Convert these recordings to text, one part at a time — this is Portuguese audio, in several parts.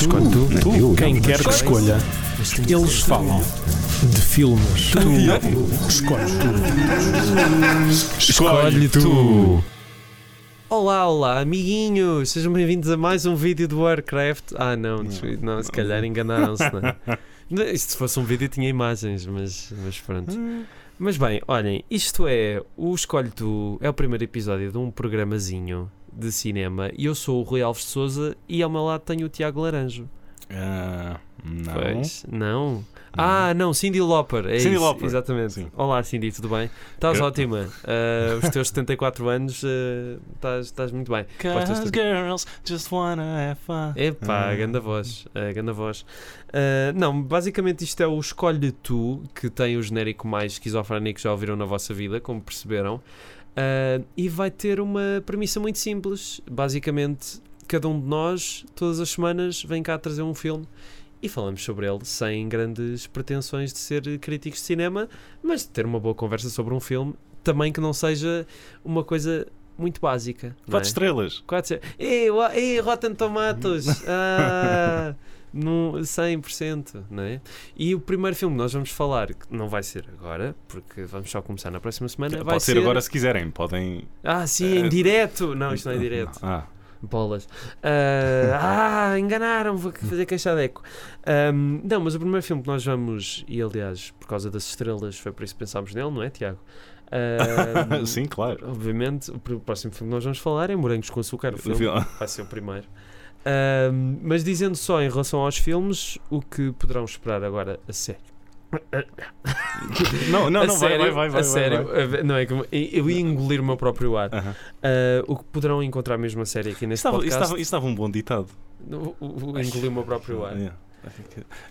Escolhe tu. Tu, Eu, eu. quem quer que escolha, eles falam de filmes. Tu, escolhe tu. Escolhe tu. Olá, olá, amiguinhos! Sejam bem-vindos a mais um vídeo do Warcraft. Ah, não, desculpe, não, se calhar enganaram-se, não. é? Não, isto Se fosse um vídeo tinha imagens, mas, mas pronto. Mas bem, olhem, isto é o Escolhe Tu, é o primeiro episódio de um programazinho de cinema e eu sou o Rui Alves de Souza e ao meu lado tenho o Tiago Laranjo. Ah, não. Pois, não. Ah, não, Cindy Loper. É Cyndi isso, Lauper, Exatamente. sim. Olá, Cindy, tudo bem? Estás Eu- ótima. Ah, os teus 74 anos, ah, estás estás muito bem. Postas Cause tudo. girls just wanna have fun. Epá, Ah. ganda voz, ah, ganda voz. Ah, não, basicamente isto é o Escolhe Tu, que tem o genérico mais esquizofrénico que já ouviram na vossa vida, como perceberam. Ah, e vai ter uma premissa muito simples. Basicamente, cada um de nós, todas as semanas, vem cá trazer um filme e falamos sobre ele sem grandes pretensões de ser críticos de cinema, mas de ter uma boa conversa sobre um filme, também que não seja uma coisa muito básica. não Quatro é? estrelas. 400. Ei, o- ei, Rotten Tomatoes! Ah, num 100%, não é? E o primeiro filme que nós vamos falar, que não vai ser agora, porque vamos só começar na próxima semana, vai Pode ser agora se quiserem. Podem. Ah, sim, em Eh, direto! Não, isto não é direto. Ah, Bolas. Ah, ah, enganaram, vou fazer queixadeco. Ahm, não, mas o primeiro filme que nós vamos, e aliás, por causa das estrelas, foi por isso que pensámos nele, não é, Tiago? Ahm, ah, sim, claro. Obviamente, o pr- próximo filme que nós vamos falar é Morangos com Açúcar, o filme. Afinal- Vai ser o primeiro. Ahm, mas dizendo só em relação aos filmes, o que poderão esperar agora a sério. Não, não, a não, vai, sério, vai, vai, vai. a sério, vai. a ve- não é como eu ia engolir o meu próprio ar. Aham. Ah, o que poderão encontrar mesmo a série aqui neste Estava, isso podcast? estava, isso estava um bom ditado. O- o- o engolir o meu próprio ar. Yeah.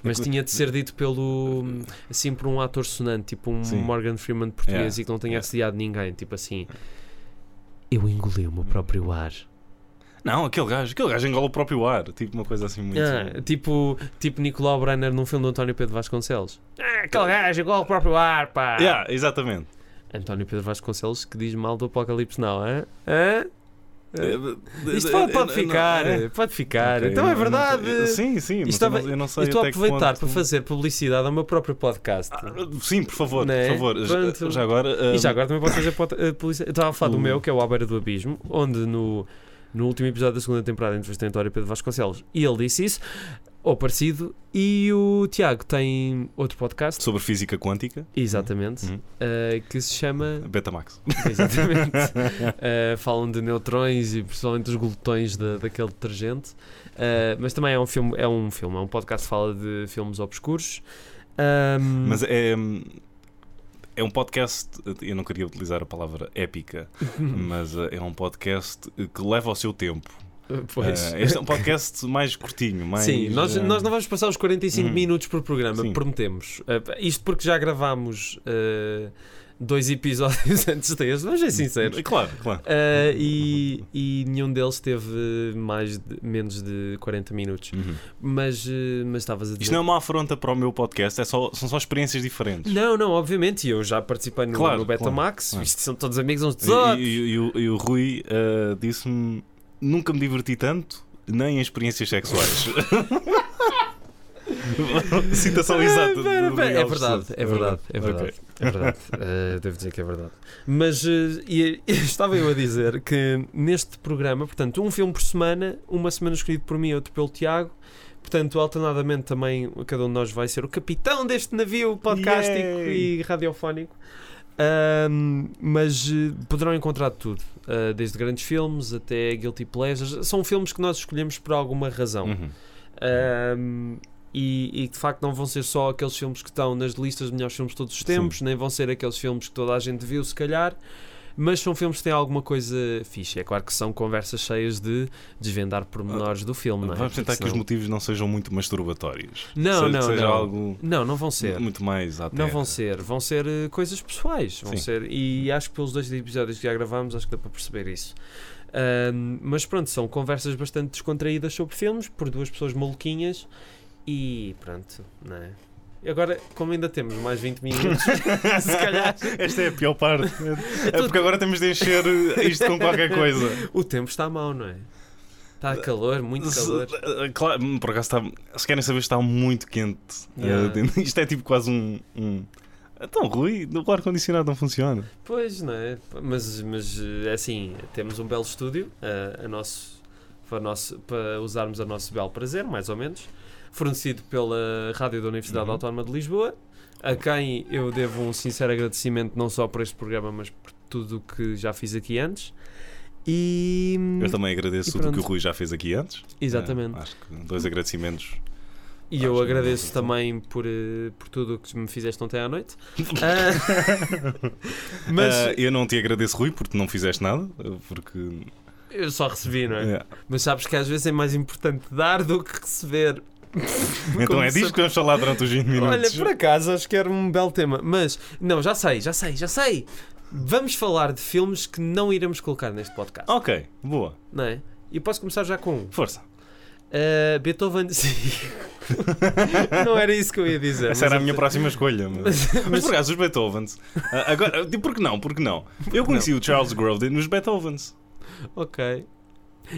Mas tinha de ser dito pelo assim por um ator sonante, tipo um Sim. Morgan Freeman português Yeah, e que não tenha yeah. assediado ninguém, tipo assim. Eu engoli o meu próprio ar. Não, aquele gajo, aquele gajo engola o próprio ar. Tipo uma coisa assim muito. Ah, tipo, tipo Nicolau Brenner num filme do António Pedro Vasconcelos. Ah, aquele gajo igual o próprio ar, pá. Yeah, exatamente. António Pedro Vasconcelos que diz mal do Apocalipse Now, hã? Hã? É. Isto Eh, pode, pode eh, ficar, não, eh, pode ficar. ok, Então é eu não- eu- verdade. Sim, sim. mas Estava- eu não- eu não sei Eu estou a até que aproveitar ponto- para fazer publicidade ao meu próprio podcast. Ah, Sim, por favor, Né? por favor. Já- Pronto. Já agora. E ah, já agora também posso fazer pod- eh, publicidade. Eu Estava a falar do o- meu, que é o À Beira do Abismo, onde no, no último episódio da segunda temporada entrevistei o António Pedro Vasconcelos e ele disse isso, ou parecido. E o Tiago tem outro podcast. Sobre física quântica, Exatamente. Uhum. Uh, que se chama. Betamax. Hum. Exatamente. Uh, falam de neutrões e principalmente dos glutões da, daquele detergente. Uh, mas também é um filme, é um filme, é um podcast que fala de filmes obscuros. Um, Mas é. É um podcast. Eu não queria utilizar a palavra épica, mas ah, é um podcast que leva o seu tempo. pois. Ah, este é um podcast mais curtinho, mais. Sim, nós, ah, nós não vamos passar os 45 Hum. minutos por programa, Sim. prometemos. Uh, isto porque já gravámos uh, dois episódios antes deste, Uhum. vamos ser sinceros. eh, Claro, claro. Uh, e, e nenhum deles teve mais de- menos de 40 minutos. Uhum. Mas, eh, mas estavas a Isto dizer. não é uma afronta para o meu podcast, é só, são só experiências diferentes. não, não, obviamente. e Eu já participei no, Claro, no Betamax. claro, claro. Isto são todos amigos uns dos E, outros. e- e o- e o Rui ah, disse-me: nunca me diverti tanto, nem em experiências sexuais. Citação exata. Ah, do pera, Rui pera, É Alves verdade, Sousa. é verdade, é verdade. Ok. É verdade. Eh, devo dizer que é verdade. Mas eh, e- e estava eu a dizer que neste programa, portanto, um filme por semana, uma semana escolhido por mim, outro pelo Tiago. Portanto, alternadamente também cada um de nós vai ser o capitão deste navio podcástico Yay! e radiofónico. Ahm, mas eh, poderão encontrar tudo, ah, desde grandes filmes até guilty pleasures. São filmes que nós escolhemos por alguma razão. Uhum. Um, e, e de facto não vão ser só aqueles filmes que estão nas listas de melhores filmes de todos os tempos, nem vão ser aqueles filmes que toda a gente viu, se calhar, mas são filmes que têm alguma coisa fixe. É claro que são conversas cheias de desvendar pormenores do filme, não é? Ah, Vamos tentar Porque que os senão- motivos não sejam muito masturbatórios. Não, Se- não, seja não. algo Não, não vão ser. muito mais à Não terra. vão ser, vão ser eh, coisas pessoais. Vão É. Sim. ser, e acho que pelos dois episódios que já gravámos, acho que dá para perceber isso. Ahm, mas pronto, são conversas bastante descontraídas sobre filmes por duas pessoas maluquinhas e pronto, não é? E Agora, como ainda temos mais 20 minutos, se calhar Esta é a pior parte. É porque agora temos de encher eh, isto com qualquer coisa. o tempo está mau, não é? Está calor, muito Se- calor. eh, Claro, por acaso está. Se querem saber, está muito quente. Yeah. Eh, isto é tipo quase um. um... Então, Rui, o ar-condicionado não funciona. Pois, não é? Mas, mas eh, assim, temos um belo estúdio eh, a nosso, para, nosso, para usarmos a nosso belo prazer, mais ou menos, fornecido pela Rádio da Universidade Uhum. Autónoma de Lisboa, a quem eu devo um sincero agradecimento não só por este programa, mas por tudo o que já fiz aqui antes. E. Eu também agradeço Hum. E tudo o que o pronto. Rui já fez aqui antes. Exatamente. Eh, acho que dois agradecimentos. E eu Ah, Acho que é agradeço não. também por, eh, por tudo o que me fizeste ontem à noite. Ah, mas Eh, eu não te agradeço, Rui, porque não fizeste nada. eh, Porque. eh, eu só recebi, não é? Yeah. Mas sabes que às vezes é mais importante dar do que receber. Então Como é disto sabe- que vamos falar durante os 20 Olha, minutos. por acaso acho que era um belo tema. Mas, não, já sei, já sei, já sei. Vamos falar de filmes que não iremos colocar neste podcast. Ok, boa. Não é? E posso começar já com um. Força. Uh, Beethoven. Sim. não era isso que eu ia dizer. Essa era a mas- minha próxima escolha. Mas, mas por acaso, os Beethovens. Ah, agora, tipo, por que não? Por que não? Eu conheci o Charles Grodin nos Beethovens. Ok.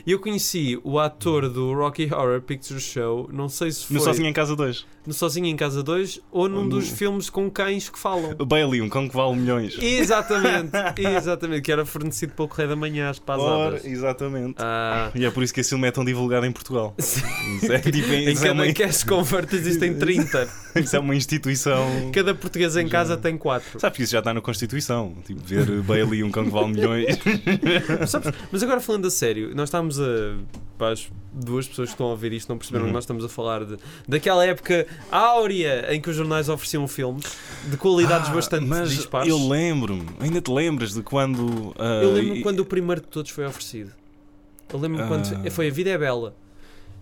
Eu conheci o ator do Rocky Horror Picture Show, não sei se foi No Sozinho em Casa 2. no Sozinho em Casa 2 ou num Ou no- dos filmes com cães que falam. O Bailey, um cão que vale milhões. Exatamente, exatamente, que era fornecido pelo Correio da Manhã às Ora, pasadas. exatamente. Ah, E é por isso que esse filme é tão divulgado em Portugal. sim. Isso é, tipo, em isso é, uma, cada cash convert existem 30. isso é uma instituição. Cada português em casa tem 4. Sabes que isso já está na Constituição. Tipo, ver Bailey, um cão que vale milhões. Mas agora falando a sério, nós estamos a. Para as duas pessoas que estão a ouvir isto não perceberam, Uhum. nós estamos a falar de, daquela época áurea em que os jornais ofereciam filmes de qualidades Ah, bastante mas dispares. Eu lembro-me. Ainda te lembras de quando. ah, Eu lembro-me e- quando o primeiro de todos foi oferecido. Eu lembro-me Ah. quando foi A Vida é Bela.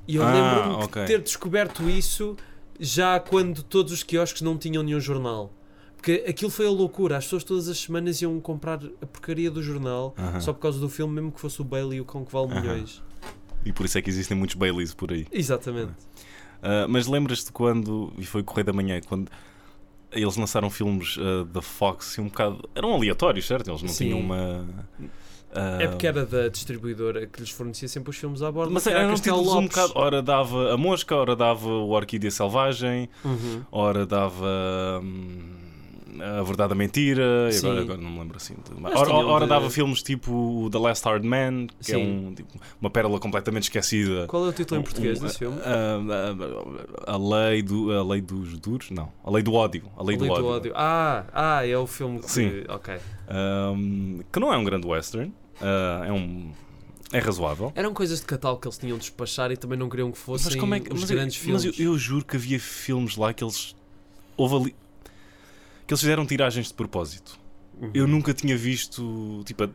E eu Ah, lembro-me de ok. ter descoberto isso já quando todos os quiosques não tinham nenhum jornal. Porque aquilo foi a loucura. As pessoas todas as semanas iam comprar a porcaria do jornal Aham. só por causa do filme, mesmo que fosse o Bailey e o Cão que vale Aham. milhões. E por isso é que existem muitos Baileys por aí. Exatamente. Uh, mas lembras-te quando, e foi Correio da Manhã, quando eles lançaram filmes uh, da Fox e um bocado. eram aleatórios, certo? Eles não Sim. tinham uma. uh, É porque era da distribuidora que lhes fornecia sempre os filmes à borda. Mas que era eram Castelo títulos um Lopes. bocado. Ora dava a mosca, ora dava o Orquídea Selvagem, Uhum. ora dava. hum, a Verdade a Mentira, e agora, Sim. agora não me lembro assim. de- Mas Ora, tinham ora de- dava filmes tipo o The Last Hard Man, que é Sim. um, tipo, uma pérola completamente esquecida. Qual é o título em Um- português um- desse filme? Ah, ah, ah, a, lei do, a lei dos duros? Não. A lei do ódio. A lei, Lei do ódio. Ah, ah, é o filme que. Sim. Ok. Ahm, que não é um grande western. Ah, é um. É razoável. Eram coisas de catálogo que eles tinham de despachar e também não queriam que fossem os mas eu- grandes mas filmes. eu, eu juro que havia filmes lá que eles. Houve ali. Que eles fizeram tiragens de propósito. Uhum. Eu nunca tinha visto. Tipo. a-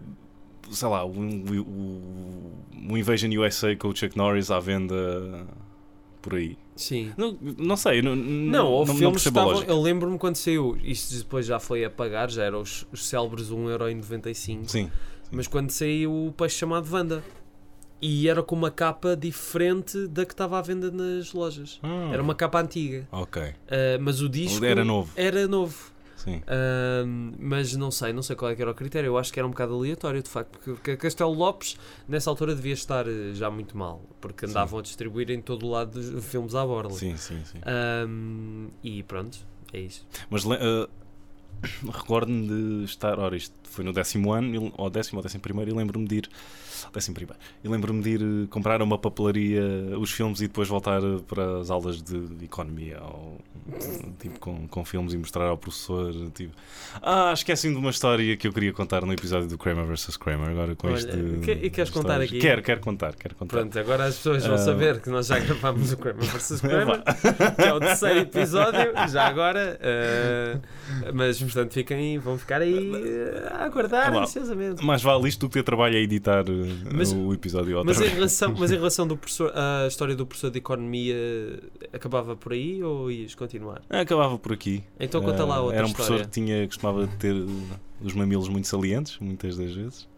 Sei lá, um, o, o, o Invasion USA com o Chuck Norris à venda por aí. Sim. Não, não sei, eu não, Não, não, houve não, filmes que percebo a estavam. lógica. Eu lembro-me quando saiu, isto depois já foi a pagar, já eram os, os célebres 1,95€. Sim. Mas quando saiu o peixe chamado Wanda. E era com uma capa diferente da que estava à venda nas lojas. Era uma capa antiga. Ah. Ok. Ah, mas o disco. Hum. Era novo. Era novo. Sim. Ahm, mas não sei, não sei qual é que era o critério. Eu acho que era um bocado aleatório, de facto, porque- porque Castelo Lopes nessa altura devia estar eh, já muito mal, porque Sim. andavam a distribuir em todo o lado dos filmes à borda. Sim, sim, sim. Ahm, e pronto, é isso. Mas le- ah, recordo-me de estar. Ora, isto foi no décimo ano, e- ou décimo ou décimo primeiro, e lembro-me de ir. Décimo primeiro. E lembro-me de ir eh, comprar a uma papelaria os filmes e depois voltar eh, para as aulas de economia, ou eh, tipo com, com filmes e mostrar ao professor. eh, Tipo, ah, esqueci-me de uma história que eu queria contar no episódio do Kramer vs. Kramer. Agora com Olha, este. que- e queres contar histórias. aqui? Quero, quero contar, quero contar. Pronto, agora as pessoas vão Ah. saber que nós já gravámos o Kramer vs. Kramer, Epá. que é o terceiro episódio, já agora. ah, mas, portanto, fiquem, vão ficar aí ah, a aguardar Olá. ansiosamente. Mais vale isto do que ter trabalho a editar eh, Mas- o episódio outra Mas é em vez. relação, mas em relação do professor, à história do professor de economia acabava por aí ou ias continuar? Ah, Acabava por aqui. Então conta lá Ah, outra Era um história. professor que tinha, costumava ter eh, os mamilos muito salientes, muitas das vezes.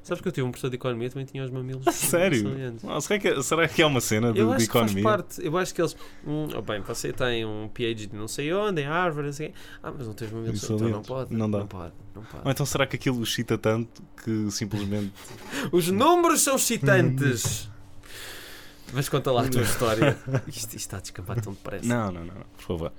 Sabes que eu tive um professor de economia também tinha os mamilos. sério? salientes. Ah, será, que, será que é uma cena de, Eu de acho que faz economia? parte. Eu acho que eles. Hum, oh, bem, você tem um PhD de não sei onde, em Harvard, não sei quê. Ah, mas não tens mamilos. Isso Então não aliás, pode. não dá. Não pode. Não pode. Ou então será que aquilo os cita tanto que simplesmente. Os números são excitantes. Mas conta lá a tua história. Isto, isto está a descambar tão depressa. Não, não, não, não, por favor.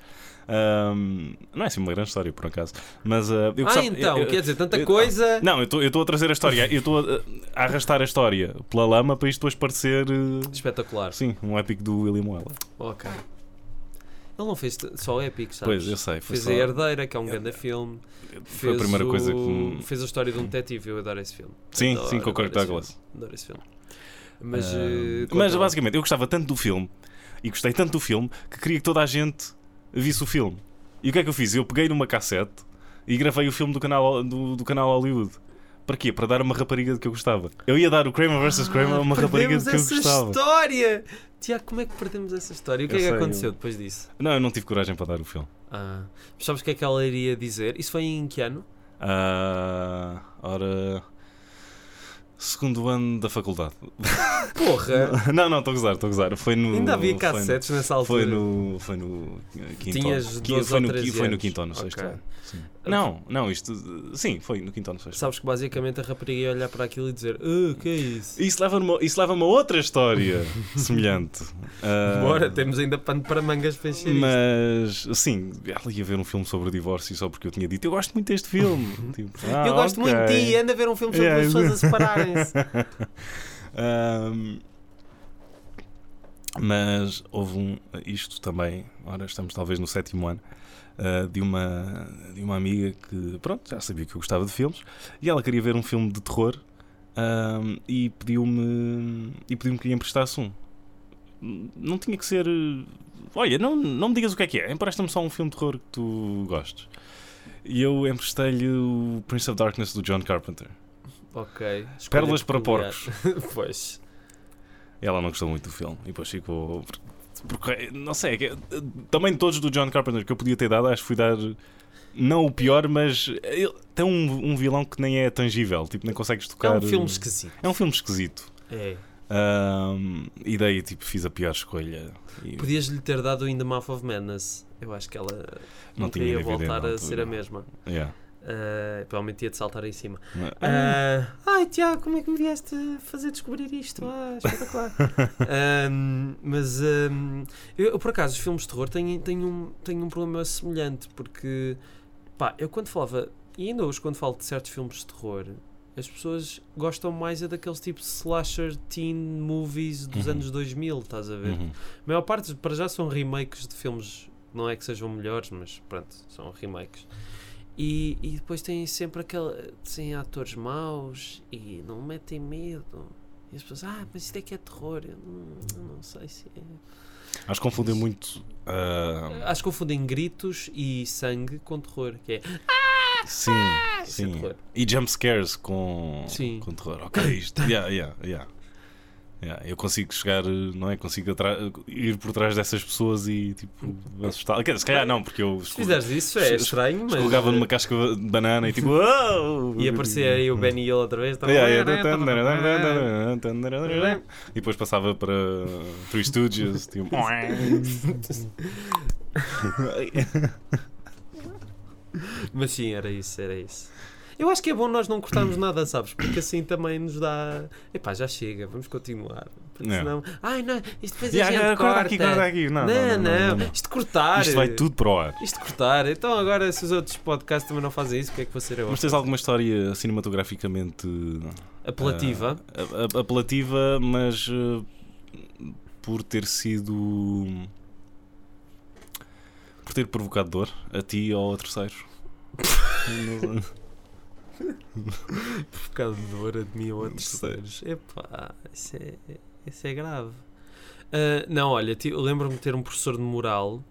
Ahm, não é assim uma grande história, por acaso. Mas ah, eu ah, gostava- então, eu- eu- quer dizer, tanta eu- Ah, coisa. Não, eu estou a trazer a história, eu estou a, a arrastar a história pela lama para isto depois parecer. eh, Espetacular. Sim, um épico do William Waller. Ok. Ele não fez t- só épicos, sabes? Pois, eu sei. Foi, Fez só- a Herdeira, que é um grande filme. foi a Fez primeira o- coisa que. me- Fez a história de um detetive, eu adoro esse filme. Sim, Adoro, sim, com o Kirk adoro esse Douglas. filme, Adoro esse filme. Mas, Ah, eh, conta mas lá. basicamente, eu gostava tanto do filme e gostei tanto do filme que queria que toda a gente visse o filme. E o que é que eu fiz? Eu peguei numa cassete e gravei o filme do canal, do, do canal Hollywood. Para quê? Para dar uma rapariga de que eu gostava. Eu ia dar o Kramer vs. Kramer a é uma rapariga Ah, Perdemos de que eu essa gostava. história! Tiago, como é que perdemos essa história? O que Eu é que sei, aconteceu eu- depois disso? Não, eu não tive coragem para dar o filme. Ah, mas sabes o que é que ela iria dizer? Isso foi em que ano? Ah, ora. Segundo ano da faculdade. Porra! Não, não, estou a gozar, estou a gozar. Foi no. Ainda havia foi cassetes nessa no- Foi altura. no. Foi no. eh, Quinto Tinhas ano. 12 foi, ou no, 13 foi no anos. quinto ano, sexto Ok. ano. Sim. Não, não, isto. eh, Sim, foi no quinto ano, sexto Sabes que basicamente a rapariga ia olhar para aquilo e dizer: Ah, o que é isso? Isso leva-me a- isso leva-me a outra história semelhante. Ah, Bora, temos ainda pano para mangas para encher isto. Mas, assim, ela ia ver um filme sobre o divórcio só porque eu tinha dito: Eu gosto muito deste filme. Tipo, "Ah, Uhum. Eu gosto muito de ok." ti, anda a ver um filme sobre Yeah, as pessoas a separarem-se. Ahm, mas houve um. Isto também, ora, estamos talvez no sétimo ano, ah, de, uma, de uma amiga que, pronto, já sabia que eu gostava de filmes e ela queria ver um filme de terror ahm, e pediu-me e pediu-me que lhe emprestasse um. Não tinha que ser. eh, Olha, não, não me digas o que é que é, empresta-me só um filme de terror que tu gostes. E eu emprestei-lhe o Prince of Darkness do John Carpenter. ok. escolha Pérolas para peculiar. porcos. pois. é um Ela não gostou muito do filme e depois ficou. Porque, não sei, é que- também todos do John Carpenter que eu podia ter dado, acho que fui dar. Não o pior, mas ele tem um, um vilão que nem é tangível, tipo, nem consegues É tocar. um filme esquisito. É um filme esquisito. É. Ahm, e daí, tipo, fiz a pior escolha. E Podias-lhe ter dado o In the Mouth of Madness. Eu acho que ela não nunca tinha ia DVD voltar na a altura. ser a mesma. Yeah. Ah, provavelmente ia-te saltar em cima. Ah, Ah, Ai, Tiago, como é que me vieste fazer descobrir isto? Ah, espetacular. Ahm, mas ahm, eu, eu, por acaso, os filmes de terror têm, têm, um, têm um problema semelhante, porque pá, eu quando falava, e ainda hoje quando falo de certos filmes de terror, as pessoas gostam mais é daqueles tipo slasher teen movies dos Uhum. anos 2000, estás a ver? uhum. A maior parte, para já, são remakes de filmes. Não é que sejam melhores, mas pronto, são remakes. E, e depois têm sempre aquele. têm atores maus e não metem medo. E as pessoas, ah, mas isto é que é terror. Eu não, eu não sei se é. Acho que confundiu muito. ah, Acho que confundem gritos e sangue com terror. Que é, sim, isso é sim. terror. E jump scares com, Sim. com terror. Ok, isto. Yeah, yeah, yeah. Yeah, eu consigo chegar, eh, não é? Consigo atra- ir por trás dessas pessoas e tipo assustar. Quer dizer, se calhar não, porque eu Se fizeres isso é estranho, mas. escorregava numa casca de banana e tipo. "Uau!" E aparecia né? aí o Benny Hill outra vez. Yeah, yeah. E depois passava para Three Stooges. Tipo... Mas sim, era isso, era isso. Eu acho que é bom nós não cortarmos nada, sabes? Porque assim também nos dá. Epá, já chega, vamos continuar. Porque É. senão. Ai não, isto depois Yeah, a gente corta corta. aqui, corta aqui. Não, Não, não, não, não, não, não. isto cortar. Isto vai tudo para o ar. Isto cortar. Então agora se os outros podcasts também não fazem isso, o que é que você eu? Mas tens alguma história cinematograficamente ah, Apelativa. a- a- apelativa, mas eh, por ter sido. por ter provocado dor a ti ou a terceiros? Não- Por causa de dor, a mim ou a terceiros. terceiros. Epá, isso é, isso é grave. Ah, não, olha, ti- eu lembro-me de ter um professor de moral.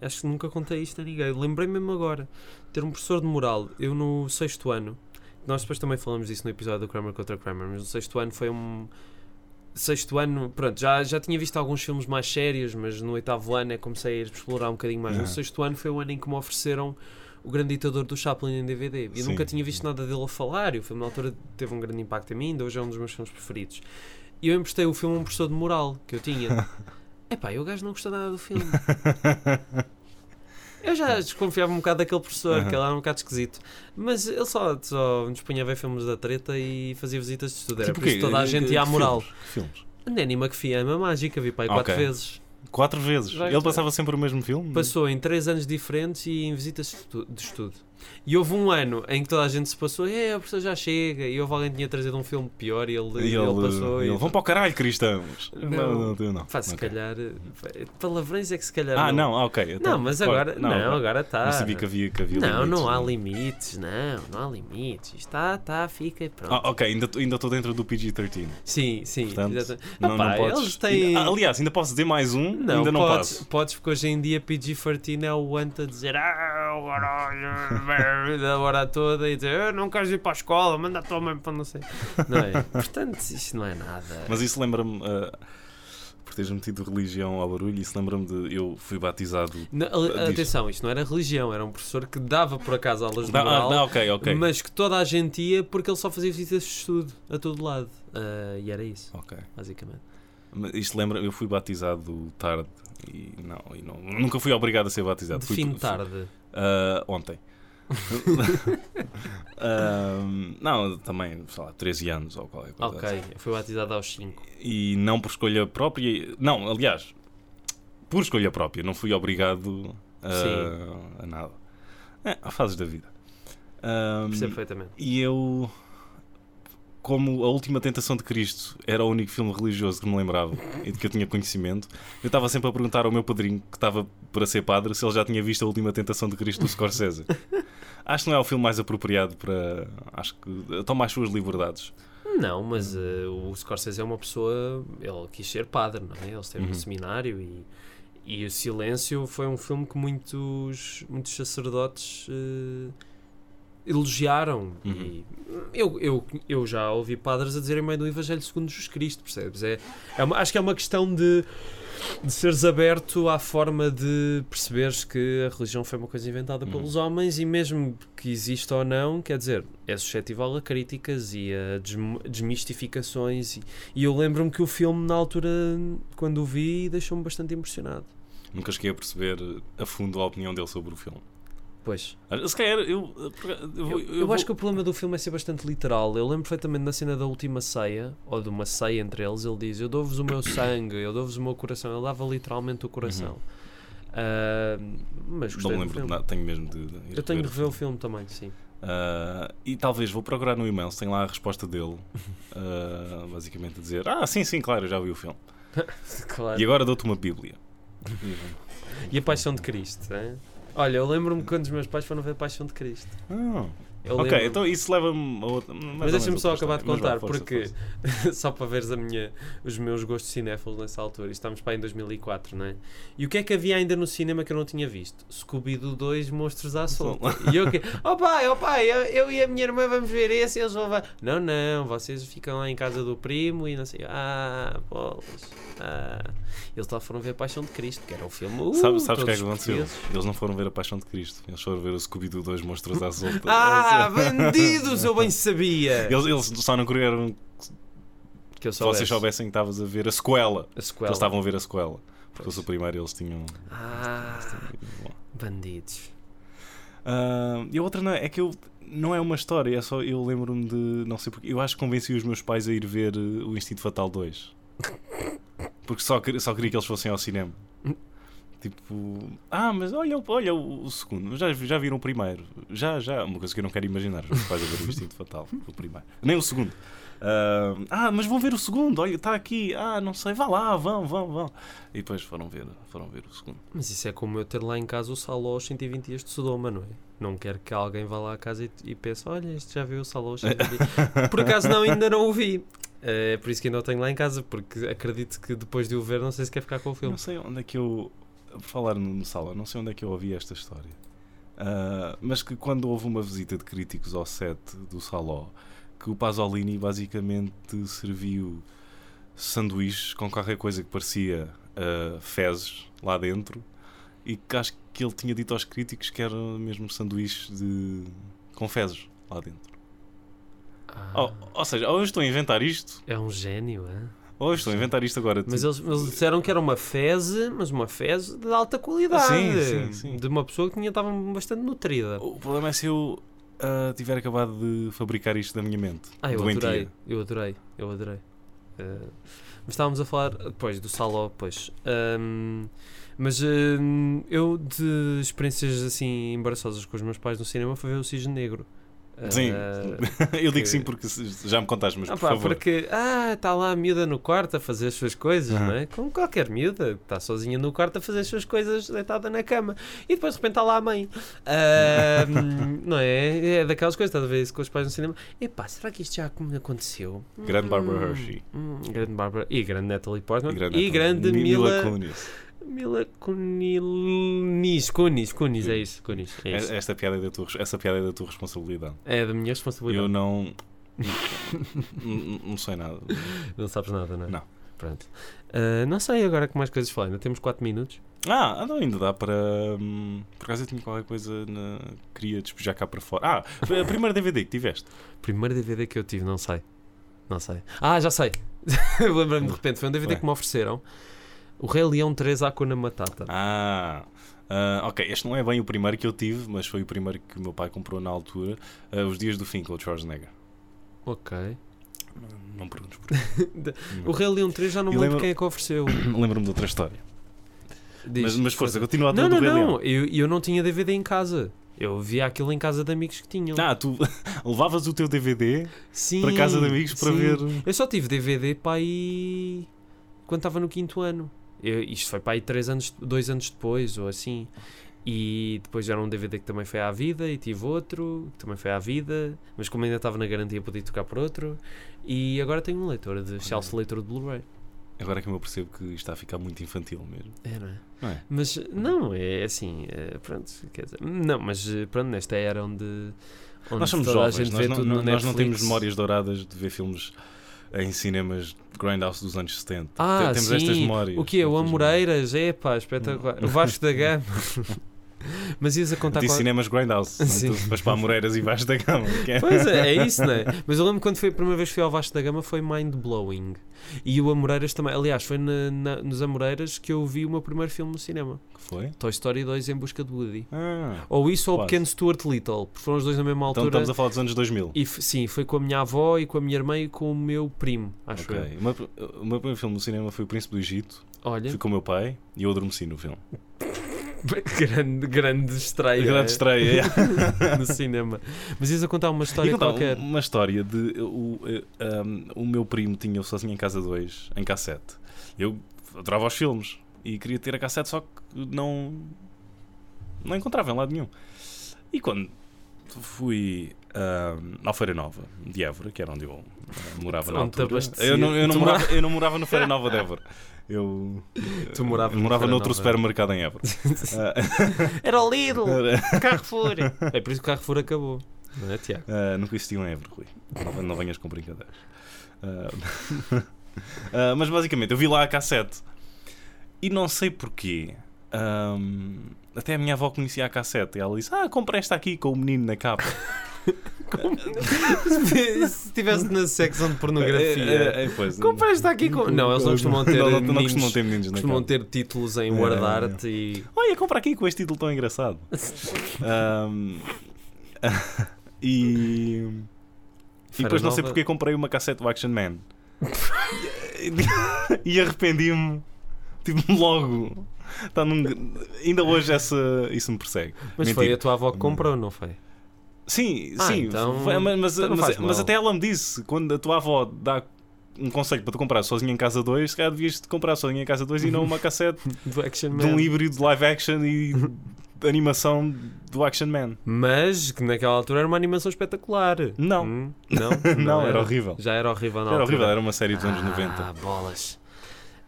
Acho que nunca contei isto a ninguém. Lembrei mesmo agora. Ter um professor de moral. Eu no sexto ano. Nós depois também falamos disso no episódio do Kramer contra Kramer. Mas no sexto ano foi um. Sexto ano, pronto, já, já tinha visto alguns filmes mais sérios, mas no oitavo ano é que comecei a explorar um bocadinho mais. Aham. No sexto ano foi o ano em que me ofereceram o grande ditador do Chaplin em DVD. Eu Sim. nunca tinha visto nada dele a falar e o filme na altura teve um grande impacto em mim, ainda hoje é um dos meus filmes preferidos. E eu emprestei o filme a um professor de moral que eu tinha. Epá, e o gajo não gostou nada do filme. Eu já desconfiava um bocado daquele professor, Aham. que ele era um bocado esquisito. Mas ele só, só nos punha a ver filmes da treta e fazia visitas de estudo. Era Tipo por isso quê? toda a Eh, gente que ia à moral. Filmes. Que filmes? Nanny McPhee é uma mágica, vi pai quatro Ok. vezes. Quatro vezes. Já Ele está. passava sempre o mesmo filme? Passou em três anos diferentes e em visitas de estu- de estudo. E houve um ano em que toda a gente se passou, é, a pessoa já chega, e houve alguém que tinha trazido um filme pior e ele, E ele passou. ele, e- ele vão para o caralho, cristãos. Não. não, não. não. Pá, se Ok. calhar. eh, Palavrões é que se calhar. Ah, não, ah, ok. então, Não, mas claro. agora. Não, ok. agora está. Não sabia que havia, que havia Não, limites, é? não há limites, não, não há limites. Está, tá, fica e pronto. Ah, ok, ainda ainda estou dentro do PG-13. sim, sim. Portanto, exatamente. Não, Opá, não podes. ah, Eles têm. Ainda- Aliás, ainda posso dizer mais um, não, ainda não podes, passo. podes, porque hoje em dia PG-13 é o Ant a dizer "Ah, agora- da hora toda e dizer eu não quero ir para a escola, manda a tua mãe para não sei. Não é? Portanto, isto não é nada. Mas isso lembra-me, ah, por teres metido religião ao barulho, isso lembra-me de. Eu fui batizado. Na- a- Diz. atenção, isto não era religião, era um professor que dava por acaso aulas de Dá- ah, moral, dá, ok, ok. mas que toda a gente ia porque ele só fazia visitas de estudo a todo lado. Ah, e era isso, Ok. basicamente. Mas Isto lembra, eu fui batizado tarde e não, e não- nunca fui obrigado a ser batizado. Fui- Define fui- tarde. Ah, ontem. Ah, não, também, sei lá, 13 anos ou qualquer coisa. assim. Ok, eu fui batizado aos 5. e não por escolha própria. Não, aliás, por escolha própria, não fui obrigado a, a nada. É, há fases da vida. Ahm, Percebo perfeitamente. e eu, como A Última Tentação de Cristo era o único filme religioso que me lembrava e de que eu tinha conhecimento, eu estava sempre a perguntar ao meu padrinho, que estava para ser padre, se ele já tinha visto A Última Tentação de Cristo do Scorsese. Acho que não é o filme mais apropriado para. Acho que toma as suas liberdades. Não, mas ah, o Scorsese é uma pessoa. Ele quis ser padre, não é? Ele esteve Uhum. no seminário e. E O Silêncio foi um filme que muitos, muitos sacerdotes eh, elogiaram. E eu, eu, eu já ouvi padres a dizerem meio do Evangelho segundo Jesus Cristo, percebes? É, é uma- acho que é uma questão de, de seres aberto à forma de perceberes que a religião foi uma coisa inventada Uhum. pelos homens e mesmo que exista ou não, quer dizer, é suscetível a críticas e a desm- desmistificações. E, e eu lembro-me que o filme, na altura, quando o vi, deixou-me bastante impressionado. Nunca cheguei a perceber a fundo a opinião dele sobre o filme. Ah, Pois. Se calhar eu. Eu, Eu, eu acho que o problema do filme é ser bastante literal. Eu lembro perfeitamente na cena da última ceia, ou de uma ceia entre eles, ele diz: Eu dou-vos o meu sangue, eu dou-vos o meu coração. Ele dava literalmente o coração. Ah, mas Não me gostei do lembro de filme. nada, tenho mesmo de. de assim. ir Eu tenho de rever o rever o filme também, sim. Ah, e talvez vou procurar no e-mail se tem lá a resposta dele. ah, basicamente a dizer: Ah, sim, sim, claro, eu já vi o filme. Claro. E agora dou-te uma Bíblia. E a Paixão de Cristo, hein? Olha, eu lembro-me quando os meus pais foram ver a Paixão de Cristo. Ah, Eu ok, lembro-me. então isso leva-me a outra. Mas deixa-me só acabar de contar, porque só para veres a minha, os meus gostos cinéfilos nessa altura, Isto estamos para aí em 2004, não é? E o que é que havia ainda no cinema que eu não tinha visto? Scooby-Doo 2 Monstros à Solta. um- E eu que, oh pai, oh pai, eu, eu e a minha irmã vamos ver esse e eles vão ver. Não, não, vocês ficam lá em casa do primo e não sei. Ah, bolas. Ah. Eles lá foram ver Paixão de Cristo, que era um filme. Uh, Sabe, sabes o que é todos que aconteceu? portugueses. Eles não foram ver A Paixão de Cristo, eles foram ver o Scooby-Doo 2 Monstros à Solta. Ah, bandidos, eu bem sabia! Eles, eles só não queriam que eu se vocês soubesse. soubessem que estavas a ver a sequela. A sequela. Eles estavam a ver a sequela. Porque o primeiro eles tinham. Ah, bandidos. Ah, e a outra não é, é que eu não é uma história, é só eu lembro-me de não sei porque. Eu acho que convenci os meus pais a ir ver eh, o Instinto Fatal 2. Porque só, quer- só queria que eles fossem ao cinema. Tipo, ah, mas olha, o- olha o, o segundo, já, já viram o primeiro. Já, já, uma coisa que eu não quero imaginar. Os meus pais a ver o Instinto Fatal, o primeiro. Nem o segundo. Ah, ah, mas vão ver o segundo, olha, está aqui. Ah, não sei, vá lá, vão, vão, vão. E depois foram ver, foram ver o segundo. Mas isso é como eu ter lá em casa o Saló aos 120 dias de Sodoma, não é? Não quero que alguém vá lá à casa e, e pense, olha, este já viu o Saló aos 120 dias. Por acaso não, ainda não o vi. Eh, É por isso que ainda o tenho lá em casa, porque acredito que depois de o ver não sei se quer ficar com o Eu filme. não sei onde é que eu. Por falar no, no Sala, não sei onde é que eu ouvi esta história. Ah, mas que quando houve uma visita de críticos ao set do Saló, que o Pasolini basicamente serviu sanduíches com qualquer coisa que parecia ah, fezes lá dentro e que acho que ele tinha dito aos críticos que eram mesmo sanduíches de... com fezes lá dentro. Ah, Ou, ou seja, ou eu estou a inventar isto, É um gênio, é? ou eu estou a inventar isto agora. Mas tipo, eles, eles disseram que era uma feze, mas uma feze de alta qualidade. Sim, sim, sim. De uma pessoa que tinha, estava bastante nutrida. O problema é se eu ah, tiver acabado de fabricar isto da minha mente. Ah, eu doentia. adorei, eu adorei, eu adorei. Uh, mas estávamos a falar depois do Saló, pois. Um, mas um, eu, de experiências assim embaraçosas com os meus pais no cinema, fui ver o Cisne Negro. Sim, Uh, eu digo que- sim porque se- já me contaste, mas Ah, por pá, favor. porque ah, está lá a miúda no quarto a fazer as suas coisas, Aham. não é? Como qualquer miúda, está sozinha no quarto a fazer as suas coisas deitada na cama e depois de repente está lá a mãe, Ahm, não é? É daquelas coisas, estás a ver isso com os pais no cinema. Epá, será que isto já me aconteceu? Grande Barbara Hum, Hershey. hum, grande Barbara e grande Natalie Portman e grande, Grande ator. Mila, Kunis. Mila Kunis, Kunis, Kunis, é isso, Kunis, é isso. E- Esta piada é da tua, essa piada é da tua responsabilidade. É da minha responsabilidade. Eu não. N- não sei nada. Não sabes nada, não é? Não. Pronto. Ah, não sei agora que mais coisas falar. Ainda temos 4 minutos. Ah, então ainda dá para. hum, Por acaso eu tinha qualquer coisa na. Queria despejar cá para fora. Ah, foi a primeira DVD que tiveste. Primeiro DVD que eu tive, não sei. Não sei. Ah, já sei. Lembro-me de repente. Foi um DVD Ué. que me ofereceram. O Rei Leão 3 Akuna Matata. Ah. ah, ok, este não é bem o primeiro que eu tive, mas foi o primeiro que o meu pai comprou na altura. ah, Os Dias do Fim com o Schwarzenegger. Ok. Não perguntes porquê. O Rei Leão 3 já não E me lembro lembro- quem é que ofereceu. Lembro-me de outra história. Diz. Mas, mas força, continua a ter Não, do não, Rei Leão. não. Eu, eu não tinha DVD em casa. Eu via aquilo em casa de amigos que tinham. Ah, tu levavas o teu DVD Sim, para casa de amigos para sim. ver. Eu só tive DVD para aí quando estava no quinto ano. Eu- isto foi para aí três anos, dois anos depois, ou assim. E depois era um DVD que também foi à vida, e tive outro, que também foi à vida, mas como ainda estava na garantia, podia tocar por outro. E agora tenho um leitor de Chelsea, leitor de Blu-ray. Agora é que eu percebo que isto está a ficar muito infantil mesmo. É, não é? Não é? Mas não, é assim, é, pronto, quer dizer, não, mas eh, pronto, nesta era onde. onde nós somos Hum, toda a jovens, gente nós vê não, tudo no não- nós não temos Netflix. memórias douradas de ver filmes em cinemas de Grindhouse dos anos 70. Ah, Te- temos sim. estas memórias. O que é? O Estas Amoreiras? É pá, espetacular. O Vasco da Gama. Mas ias a memórias. Diz contar com a- Tipo cinemas Grindhouse. tá Sim. Então, Mas para Amoreiras e Baixo da Gama. que é- Pois é, é isso, não é? Mas eu lembro quando foi a primeira vez que fui ao Vasco da Gama foi mind blowing. E o Amoreiras também. Aliás, foi na- na- nos Amoreiras que eu vi o meu primeiro filme no cinema: Que foi? Toy Story 2 em busca de Woody. Ah, Ou isso ou o Quase. pequeno Stuart Little, porque foram os dois na mesma então altura. estamos a falar dos anos 2000. E f- sim, foi com a minha avó e com a minha irmã e com o meu primo, acho Ok. O meu- O meu primeiro filme no cinema foi O Príncipe do Egito. eu. Olha, Fui com o meu pai e eu adormeci no filme. grande, grande estreia. Grande estreia. no cinema. Mas ias a contar uma E história contar um. qualquer. uma história de eu- o, eh, um, o meu primo tinha sozinho em casa 2, em cassete. Eu adorava os filmes e queria ter a cassete, só que não, não encontrava em lado nenhum. E quando fui um, à Feira Nova de Évora, que era onde eu eh, morava na Onde te altura, abastecia. eu não, eu, não Tu morava, eu não morava na Feira Nova de Évora. Eu, Tu moravas eu na morava Feira noutro Nova. supermercado em Évora. Era o Lidl, Ah, Carrefour. É por isso que o Carrefour acabou. Não é, Tiago? Ah, nunca existiam em Évora, Rui. Não, ven- não venhas com brincadeiras. Ah, ah, mas basicamente, eu vi lá a cassete e não sei porquê. ahm, até a minha avó conhecia a cassete e ela disse: Ah, comprei esta aqui com o menino na capa. Se estivesse na secção de pornografia. Eh, eh, pois, Compra esta aqui com. Não, eles não costumam ter. Não, não- não meninos, costumam ter meninos na costumam capa. ter títulos em É, word é, é. art e. Olha, compra aqui com este título tão engraçado. Ahm, e. E depois não sei Nova. porque é comprei uma cassete do Action Man. e arrependi-me. Tipo, logo. Tá num- Ainda hoje essa... isso me persegue. Mas Mentira. foi a tua avó que comprou, não foi? Sim, Ah, sim. então- foi- mas, mas- então não mas- faz mas mal. até ela me disse: quando a tua avó dá um conselho para tu comprar sozinha em casa 2, se calhar devias te comprar sozinha em casa 2 e não uma cassete Do Action Man. de um híbrido de live action e de animação do Action Man. Mas que naquela altura era uma animação espetacular. Não. Hum? Não? Não, era horrível. Já era horrível na Era altura. horrível, era uma série dos anos Ah, 90. bolas.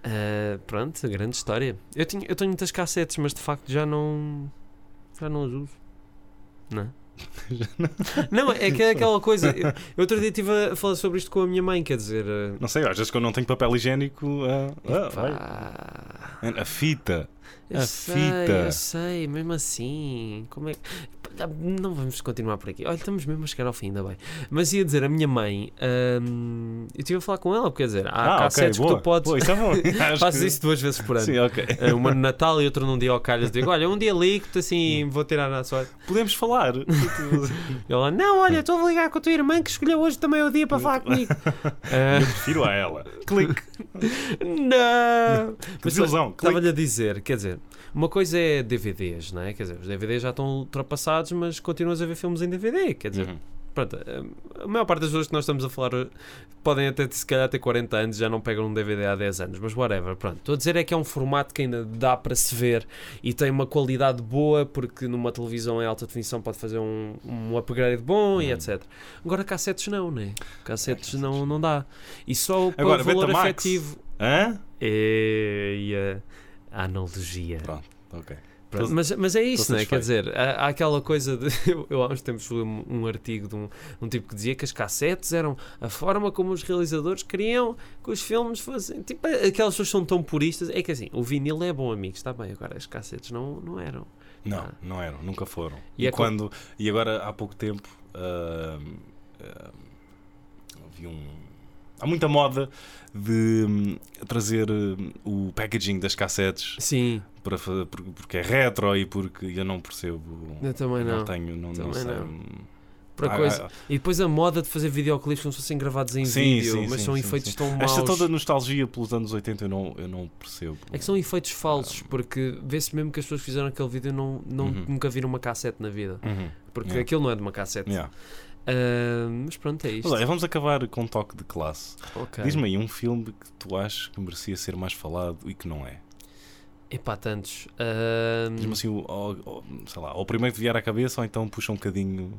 Ah, pronto, grande história. Eu, tinha, eu tenho muitas cassetes, mas de facto já não. Já não as uso. Não? é? não, é que é aquela coisa. Eu, eu outro dia estive a falar sobre isto com a minha mãe, quer dizer. ah, Não sei, às vezes que eu não tenho papel higiênico. ah, ah, vai. pá, a fita. eu a sei, fita. eu sei, mesmo assim. Como é que- Ah, Não vamos continuar por aqui. Olha, estamos mesmo a chegar ao fim, ainda bem. Mas ia dizer, a minha mãe, hum, eu estive a falar com ela, porque quer dizer, há ah, ok, cassetes boa. que tu podes. Boa, isso é bom. Acho Fazes que- isso duas vezes por ano. Sim, ok. Eh, Uma no Natal e outra num dia ao calhas. Digo, olha, um dia ligo-te assim, vou tirar na sorte. Podemos falar. E ela, não, Hum. olha, estou a ligar com a tua irmã que escolheu hoje também o dia para falar comigo. Eh, Prefiro a ela. Clique. não! Que desilusão. Clique. Estava-lhe a dizer, quer dizer, uma coisa é DVDs, não é? Quer dizer, os DVDs já estão ultrapassados, mas continuas a ver filmes em DVD. Quer dizer, Uhum. pronto, eh, a- a maior parte das pessoas que nós estamos a falar eh, podem até, se calhar, ter 40 anos e já não pegam um DVD há 10 anos, mas whatever, pronto. Estou a dizer é que é um formato que ainda dá para se ver e tem uma qualidade boa, porque numa televisão em alta definição pode fazer um, um upgrade bom Uhum. e etc. Agora cassetes não, né? Cassetes não, não dá. E só É, para Agora, o valor Betamax. afetivo... É, Hã? E, e a, a analogia. Pronto. Ok. Pronto, Mas, mas é isso, tô não é? Quer satisfeito. dizer, há, há aquela coisa de. Eu, eu há uns tempos li um, um artigo de um, um tipo que dizia que as cassetes eram a forma como os realizadores queriam que os filmes fossem. Tipo, aquelas pessoas são tão puristas. É que assim, o vinil é bom, amigos, está bem. Agora, as cassetes não, não eram. Não, Ah. não eram, nunca foram. E E, é co- quando e agora há pouco tempo ahm, ahm, houve um há muita moda de hum, trazer hum, o packaging das cassetes Sim, para fa- por- porque é retro e porque eu não percebo. eu também não. tenho, não, não Também sei. não. hum, Para ah, coisa. ah, E depois a moda de fazer videoclipes como se fossem gravados em Sim, vídeo, sim, mas sim, são sim, efeitos sim. tão maus. esta toda nostalgia pelos anos 80 eu não, eu não percebo. É que são efeitos falsos, porque vê-se mesmo que as pessoas que fizeram aquele vídeo não, não- Uhum. nunca viram uma cassete na vida. Uhum, Porque Yeah. aquilo não é de uma cassete. yeah. Ah, mas pronto, é isto. Mas olha, vamos acabar com um toque de classe. Ok. Diz-me aí um filme que tu achas que merecia ser mais falado e que não é. Epá, tantos. Ah, Diz-me assim, o- o- o- sei lá, ou o primeiro que vier à cabeça, ou então puxa um bocadinho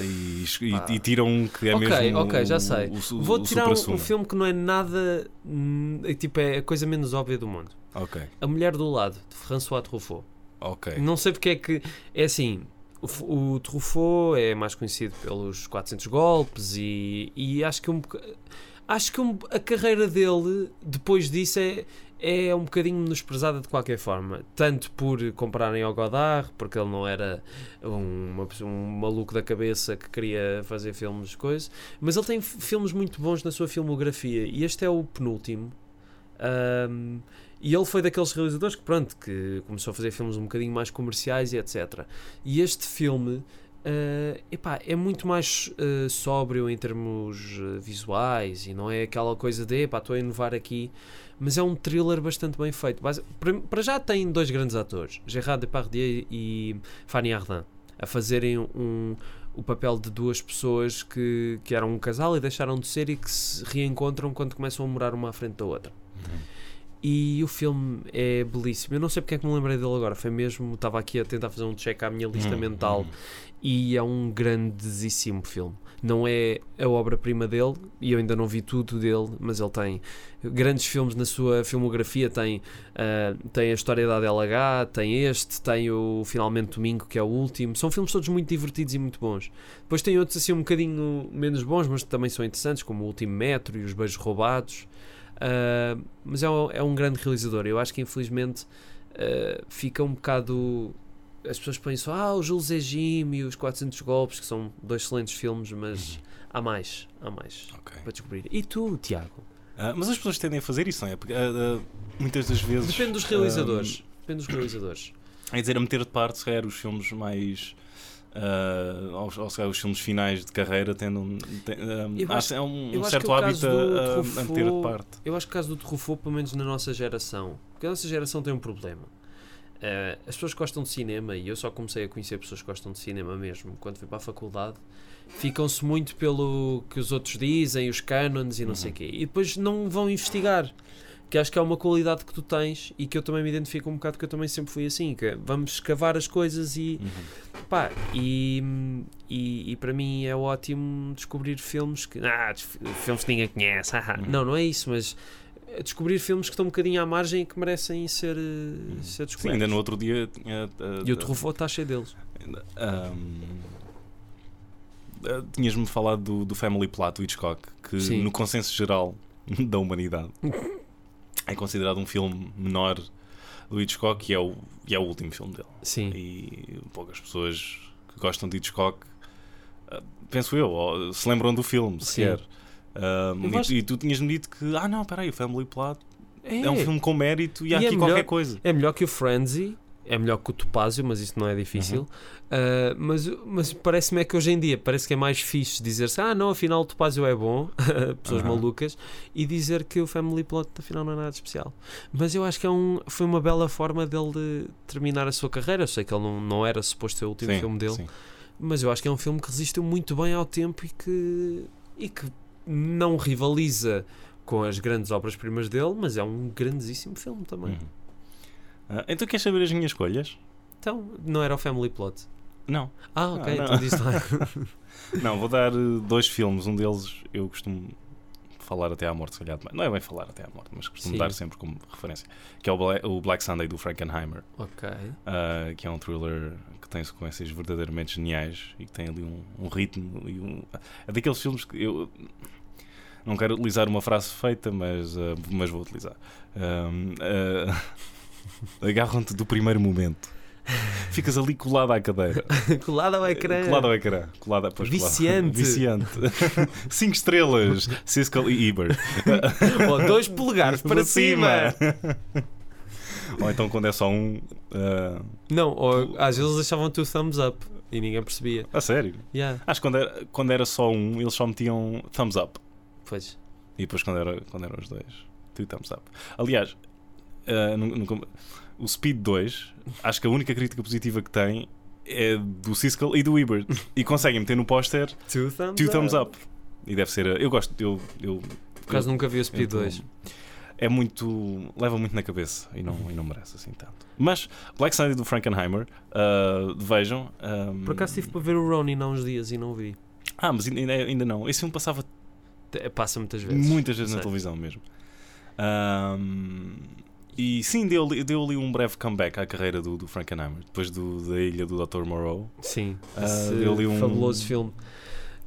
e, Pá. e, e tira um que é Ok, mesmo. ok, o- já sei. o su- Vou o tirar um, supra-sumo. um filme que não é nada. hum, é Tipo, é a coisa menos óbvia do mundo. Ok, A Mulher do Lado, de François Truffaut. ok. Não sei porque é que. É assim. o F- O Truffaut é mais conhecido pelos 400 golpes e, e acho que um boca- acho que um- a carreira dele depois disso é, é um bocadinho menosprezada de qualquer forma. Tanto por compararem ao Godard, porque ele não era um, uma pessoa- um maluco da cabeça que queria fazer filmes, coisa, mas ele tem f- filmes muito bons na sua filmografia e este é o penúltimo. Ahm, e ele foi daqueles realizadores que, pronto, que começou a fazer filmes um bocadinho mais comerciais e etc. E este filme. ah, epá, é muito mais ah, sóbrio em termos ah, visuais e não é aquela coisa de epá, estou a inovar aqui, mas é um thriller bastante bem feito. Basi- Para para já tem dois grandes atores, Gerard Depardieu e Fanny Ardant, a fazerem um, o papel de duas pessoas que, que eram um casal e deixaram de ser e que se reencontram quando começam a morar uma à frente da outra. E o filme é belíssimo. Eu não sei porque é que me lembrei dele agora. Foi mesmo, estava aqui a tentar fazer um check à minha lista Hum, mental. hum. E é um grandíssimo filme. Não é a obra-prima dele, e eu ainda não vi tudo dele, mas ele tem grandes filmes na sua filmografia. Tem, ah, tem a história da DLH, tem este, tem o Finalmente Domingo, que é o último. São filmes todos muito divertidos e muito bons. Depois tem outros assim um bocadinho menos bons, mas que também são interessantes, como o Último Metro e os Beijos Roubados. Ah, mas é um, é um grande realizador. Eu acho que infelizmente ah, fica um bocado. As pessoas pensam, ah, o Jules Egime e os 400 Golpes, que são dois excelentes filmes, mas há mais, Uhum. há mais ok. para descobrir. E tu, Tiago? Ah, mas as pessoas tendem a fazer isso, não é? Porque, ah, ah, muitas das vezes. Depende dos realizadores. Depende dos realizadores. ah, é dizer, a meter de parte, se calhar, os filmes mais. ah, ou, ou se calhar, os filmes finais de carreira tendem. ten- ah, Eu há acho- se- é um, um eu acho que certo o hábito caso do a, a- a meter de Truffaut- parte. Eu acho que o caso do Truffaut, pelo menos na nossa geração, porque a nossa geração tem um problema. Eh, as pessoas que gostam de cinema, e eu só comecei a conhecer pessoas que gostam de cinema mesmo quando fui para a faculdade, ficam-se muito pelo que os outros dizem, os cânones e não sei o quê, e depois não vão investigar. Que acho que é uma qualidade que tu tens e que eu também me identifico um bocado, que eu também sempre fui assim, que é, vamos escavar as coisas e Pá, e, e, e para mim é ótimo descobrir filmes que. Ah, des- filmes que ninguém conhece. haha. Uhum. Não, não é isso, mas eh, descobrir filmes que estão um bocadinho à margem e que merecem ser, eh, ser Uhum. Sim, descobertos. ainda no outro dia tinha. ah, E o Truffaut está cheio deles. Ahm, ah, Tinhas-me falado do, do Family Plot do Hitchcock, que Sim. no consenso geral da humanidade é considerado um filme menor do Hitchcock e é o, e é o último filme dele. Sim. E poucas pessoas que gostam de Hitchcock, ah, penso eu, ou se lembram do filme, sequer. Ah, Eu e, acho- e tu tinhas-me dito que, ah não, peraí, o Family Plot É, é, um filme com mérito e E há é aqui melhor- qualquer coisa. É melhor que o Frenzy, é melhor que o Topázio, mas isso não é difícil. Uhum. Ah, mas mas parece-me é que hoje em dia parece que é mais fixe dizer-se, ah não, afinal o Topázio é bom, pessoas Aham. malucas, e dizer que o Family Plot afinal não é nada de especial. Mas eu acho que é um, foi uma bela forma dele de terminar a sua carreira. Eu sei que ele não, não era suposto ser o último Sim, filme dele, sim. mas eu acho que é um filme que resistiu muito bem ao tempo e que, e que não rivaliza com as grandes obras-primas dele, mas é um grandíssimo filme também. Uhum. Ah, então queres saber as minhas escolhas? Então, não era o Family Plot. Não. Ah, ok, Ah, não. então diz lá. Não, vou dar eh, dois filmes. Um deles eu costumo falar até à morte, se calhar. demais. Não é bem falar até à morte, mas costumo Sim. dar sempre como referência. Que é o Bla- o Black Sunday do Frankenheimer, ok. ah, que é um thriller que tem sequências verdadeiramente geniais e que tem ali um, um ritmo e um. É daqueles filmes que eu. Não quero utilizar uma frase feita, mas, ah, mas vou utilizar. Ahm, ah, Agarram-te do primeiro momento. Ficas ali colado à cadeira. Colado ao ecrã. Colado ao ecrã. Colado, pois, colado. Viciante. Viciante. 5 estrelas. Siskel e Ebert. Ou dois polegares para cima. Ou então quando é só um. ah, Não, ou às vezes deixavam-te o thumbs up e ninguém percebia. a sério. Yeah, Acho que quando era, quando era só um, eles só metiam thumbs up. pois. E depois quando, era, quando eram os dois, two thumbs up. Aliás, ah, nu- nunca- o Speed 2, acho que a única crítica positiva que tem é do Siskel e do Ebert. E conseguem meter no póster Two thumbs two thumbs up. E deve ser. a- Eu gosto. Eu, eu, Por acaso nunca vi o Speed Então, 2. É muito. leva muito na cabeça e não, e não merece assim tanto. Mas Black Sunday do Frankenheimer, ah, vejam. ahm, Por acaso tive para ver o Ronin há uns dias e não vi. Ah, mas ainda- ainda, ainda não. Esse filme passava Te- Passa muitas vezes. muitas vezes na Sei. televisão mesmo. Ahm, e sim, deu, ali- deu ali um breve comeback à carreira do, do Frankenheimer, depois do- da ilha do Dr. Moreau. Sim, Ah, esse deu ali um- fabuloso filme.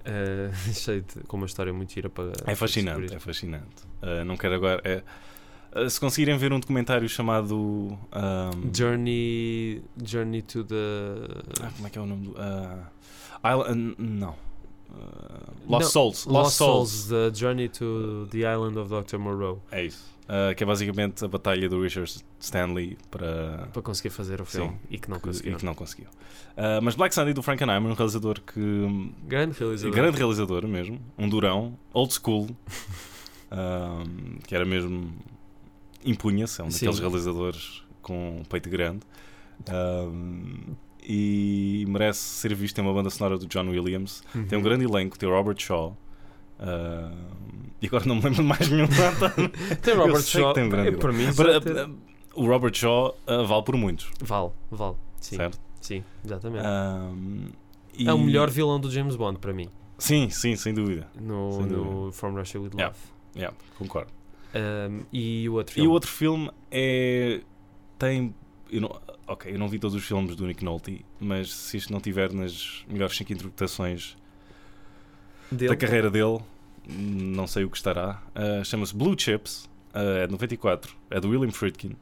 Ah, cheio de, com uma história muito gira para. É fascinante, é fascinante. Ah, não quero agora. é- ah, se conseguirem ver um documentário chamado. ahm, Journey, Journey to the. Ah, como é que é o nome do. ah, Isla- n- não. Ah, Lost Não, Souls. Lost, Lost Souls. Souls, The Journey to the Island of Dr. Moreau, É isso. Ah, que é basicamente a batalha do Richard Stanley para. para conseguir fazer o Sim, filme e que não que, e conseguiu. que não conseguiu. Ah, mas Black Sunday do Frankenheimer, um realizador que. Grande realizador. Grande realizador mesmo. Um durão. Old school. ahm, que era mesmo. Impunha-se. É um daqueles Sim. realizadores com um peito grande. Ahm, e merece ser visto em uma banda sonora do John Williams. Uhum. Tem um grande elenco, tem o Robert Shaw. ah, e agora não me lembro de mais nenhum nada. Tem Eu Robert sei que Shaw. tem um grande é, para mim, Para- já tem- o Robert Shaw ah, vale por muitos, vale, vale. Sim, certo? sim, exatamente. Ah, e- É o melhor vilão do James Bond para mim. Sim, sim, sem dúvida. No, Sem no From Russia with Love. Yeah. Yeah, concordo. Um, e o outro E filme. o outro filme é. Tem. Eu não, ok, eu não vi todos os filmes do Nick Nolte, mas se isto não tiver nas melhores 5 interpretações da dele. carreira dele, não sei o que estará. Ah, Chama-se Blue Chips, ah, é de 94, é do William Friedkin.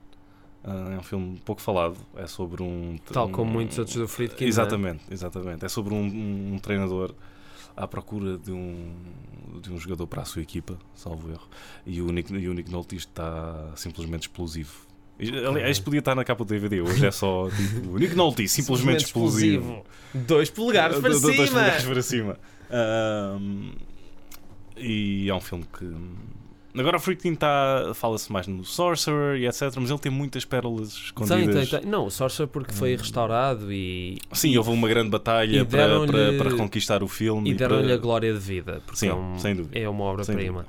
Ah, é um filme pouco falado, é sobre um. Tal como um- muitos outros do Friedkin. não é? Exatamente, exatamente. É sobre um, um- um treinador à procura de um, de um jogador para a sua equipa, salvo erro. E o Nick, e o Nick Nolte isto está simplesmente explosivo. E, Aliás, isto podia estar na capa do DVD, hoje é só tipo, Nick Nolte, simplesmente, explosivo. Dois polegares para Do- do- dois cima. polegares para cima. Ahm, e é um filme que. Agora o Freaking tá, fala-se mais no Sorcerer e etc, mas ele tem muitas pérolas Tem, escondidas. Hum. tem, tem. Não, o Sorcerer porque foi restaurado e, Sim, houve uma grande E batalha para, para, deram-lhe- para reconquistar o filme. E deram-lhe para- a glória de vida, porque Sim, é, um- sem dúvida. é uma Sem obra-prima.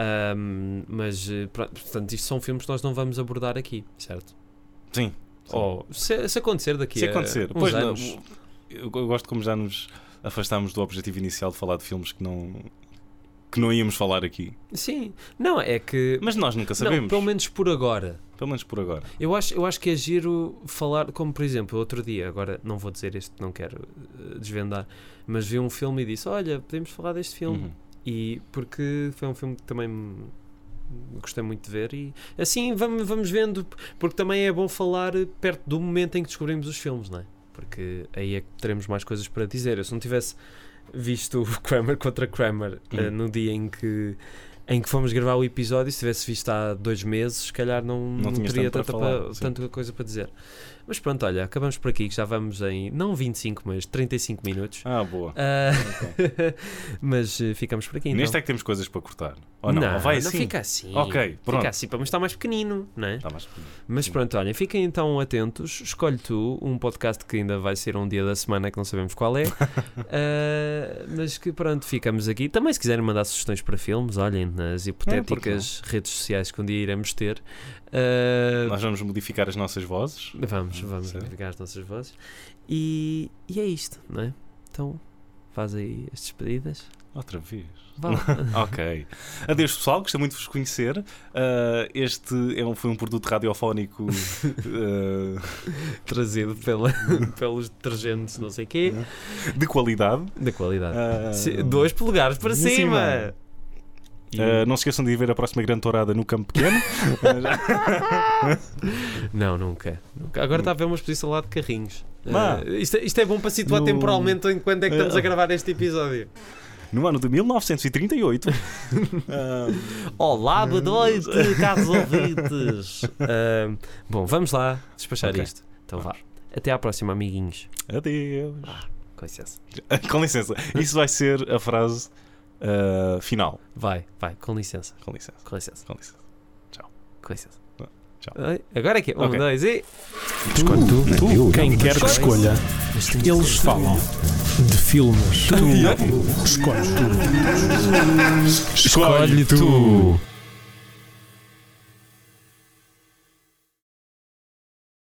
Ahm, mas, eh, pra- portanto, isto são filmes que nós não vamos abordar aqui, certo? Sim. Ou se, se acontecer daqui Se a acontecer. é uns Pois não, anos, eu, eu gosto como já nos afastámos do objetivo inicial de falar de filmes que não, que não íamos falar aqui. Sim, não, é que... Mas nós nunca não, sabemos. pelo menos por agora. Pelo menos por agora. Eu acho, eu acho que é giro falar, como por exemplo, outro dia, agora não vou dizer este, não quero eh, desvendar, mas vi um filme e disse, olha, podemos falar deste filme. Uhum. E porque foi um filme que também me gostei muito de ver e assim vamos, vamos vendo, porque também é bom falar perto do momento em que descobrimos os filmes, não é? porque aí é que teremos mais coisas para dizer. Eu se não tivesse visto o Kramer contra Kramer Hum. eh, no dia em que em que fomos gravar o episódio, se tivesse visto há dois meses, se calhar não, não, tinhas teria tanto para tanta, falar, pa- sim. tanta coisa para dizer. Mas pronto, olha, acabamos por aqui, que já vamos em não 25, mas 35 minutos. Ah, boa. Ah, mas eh, ficamos por aqui. Então. Neste é que temos coisas para cortar. Ou não? não, Ou vai não assim? fica assim. Ok, pronto. Fica assim, para mas está mais pequenino, não é? Tá, mas- Mas pronto, olha, fiquem então atentos. Escolhe tu um podcast que ainda vai ser um dia da semana que não sabemos qual é. Ah, mas que pronto, ficamos aqui. Também se quiserem mandar sugestões para filmes, olhem nas É, hipotéticas redes sociais que um dia iremos ter. Ah, Nós vamos modificar as nossas vozes. vamos, vamos Sim. verificar as nossas vozes. E, e é isto, não é? Então faz aí as despedidas. Outra vez. Vá lá. Ok. Adeus, pessoal. Gostei muito de vos conhecer. Ah, este é um- foi um produto radiofónico. ah, Trazido pela, pelos detergentes, não sei quê, de qualidade. da qualidade. É. Ah, Se- dois polegares para em cima! cima. E- um- ah, não se esqueçam de ir ver a próxima grande tourada no Campo Pequeno. Ah, Não, nunca. nunca. Hum. Agora está a ver uma exposição lá de carrinhos. Ah. Eh, isto, é- isto é bom para situar No- temporalmente em quando é que estamos Eh, a gravar este episódio. no ano de 1938. Ah, Olá, Hum. boa noite, caros ouvintes. Ah, bom, vamos lá despachar Ok. isto. Então vá. Até à próxima, amiguinhos. adeus. Ah, Com licença. Com licença. Isso vai ser a frase ah, final. Vai, vai, com licença. Com licença. Com licença, Com licença. com licença. Tchau. Ai, Agora é que é. Um, Ok. dois e. Escolhe tu, quem quer que Escolhe. escolha. Eles falam de filmes. Tu escolhe tu. Escolhe tu.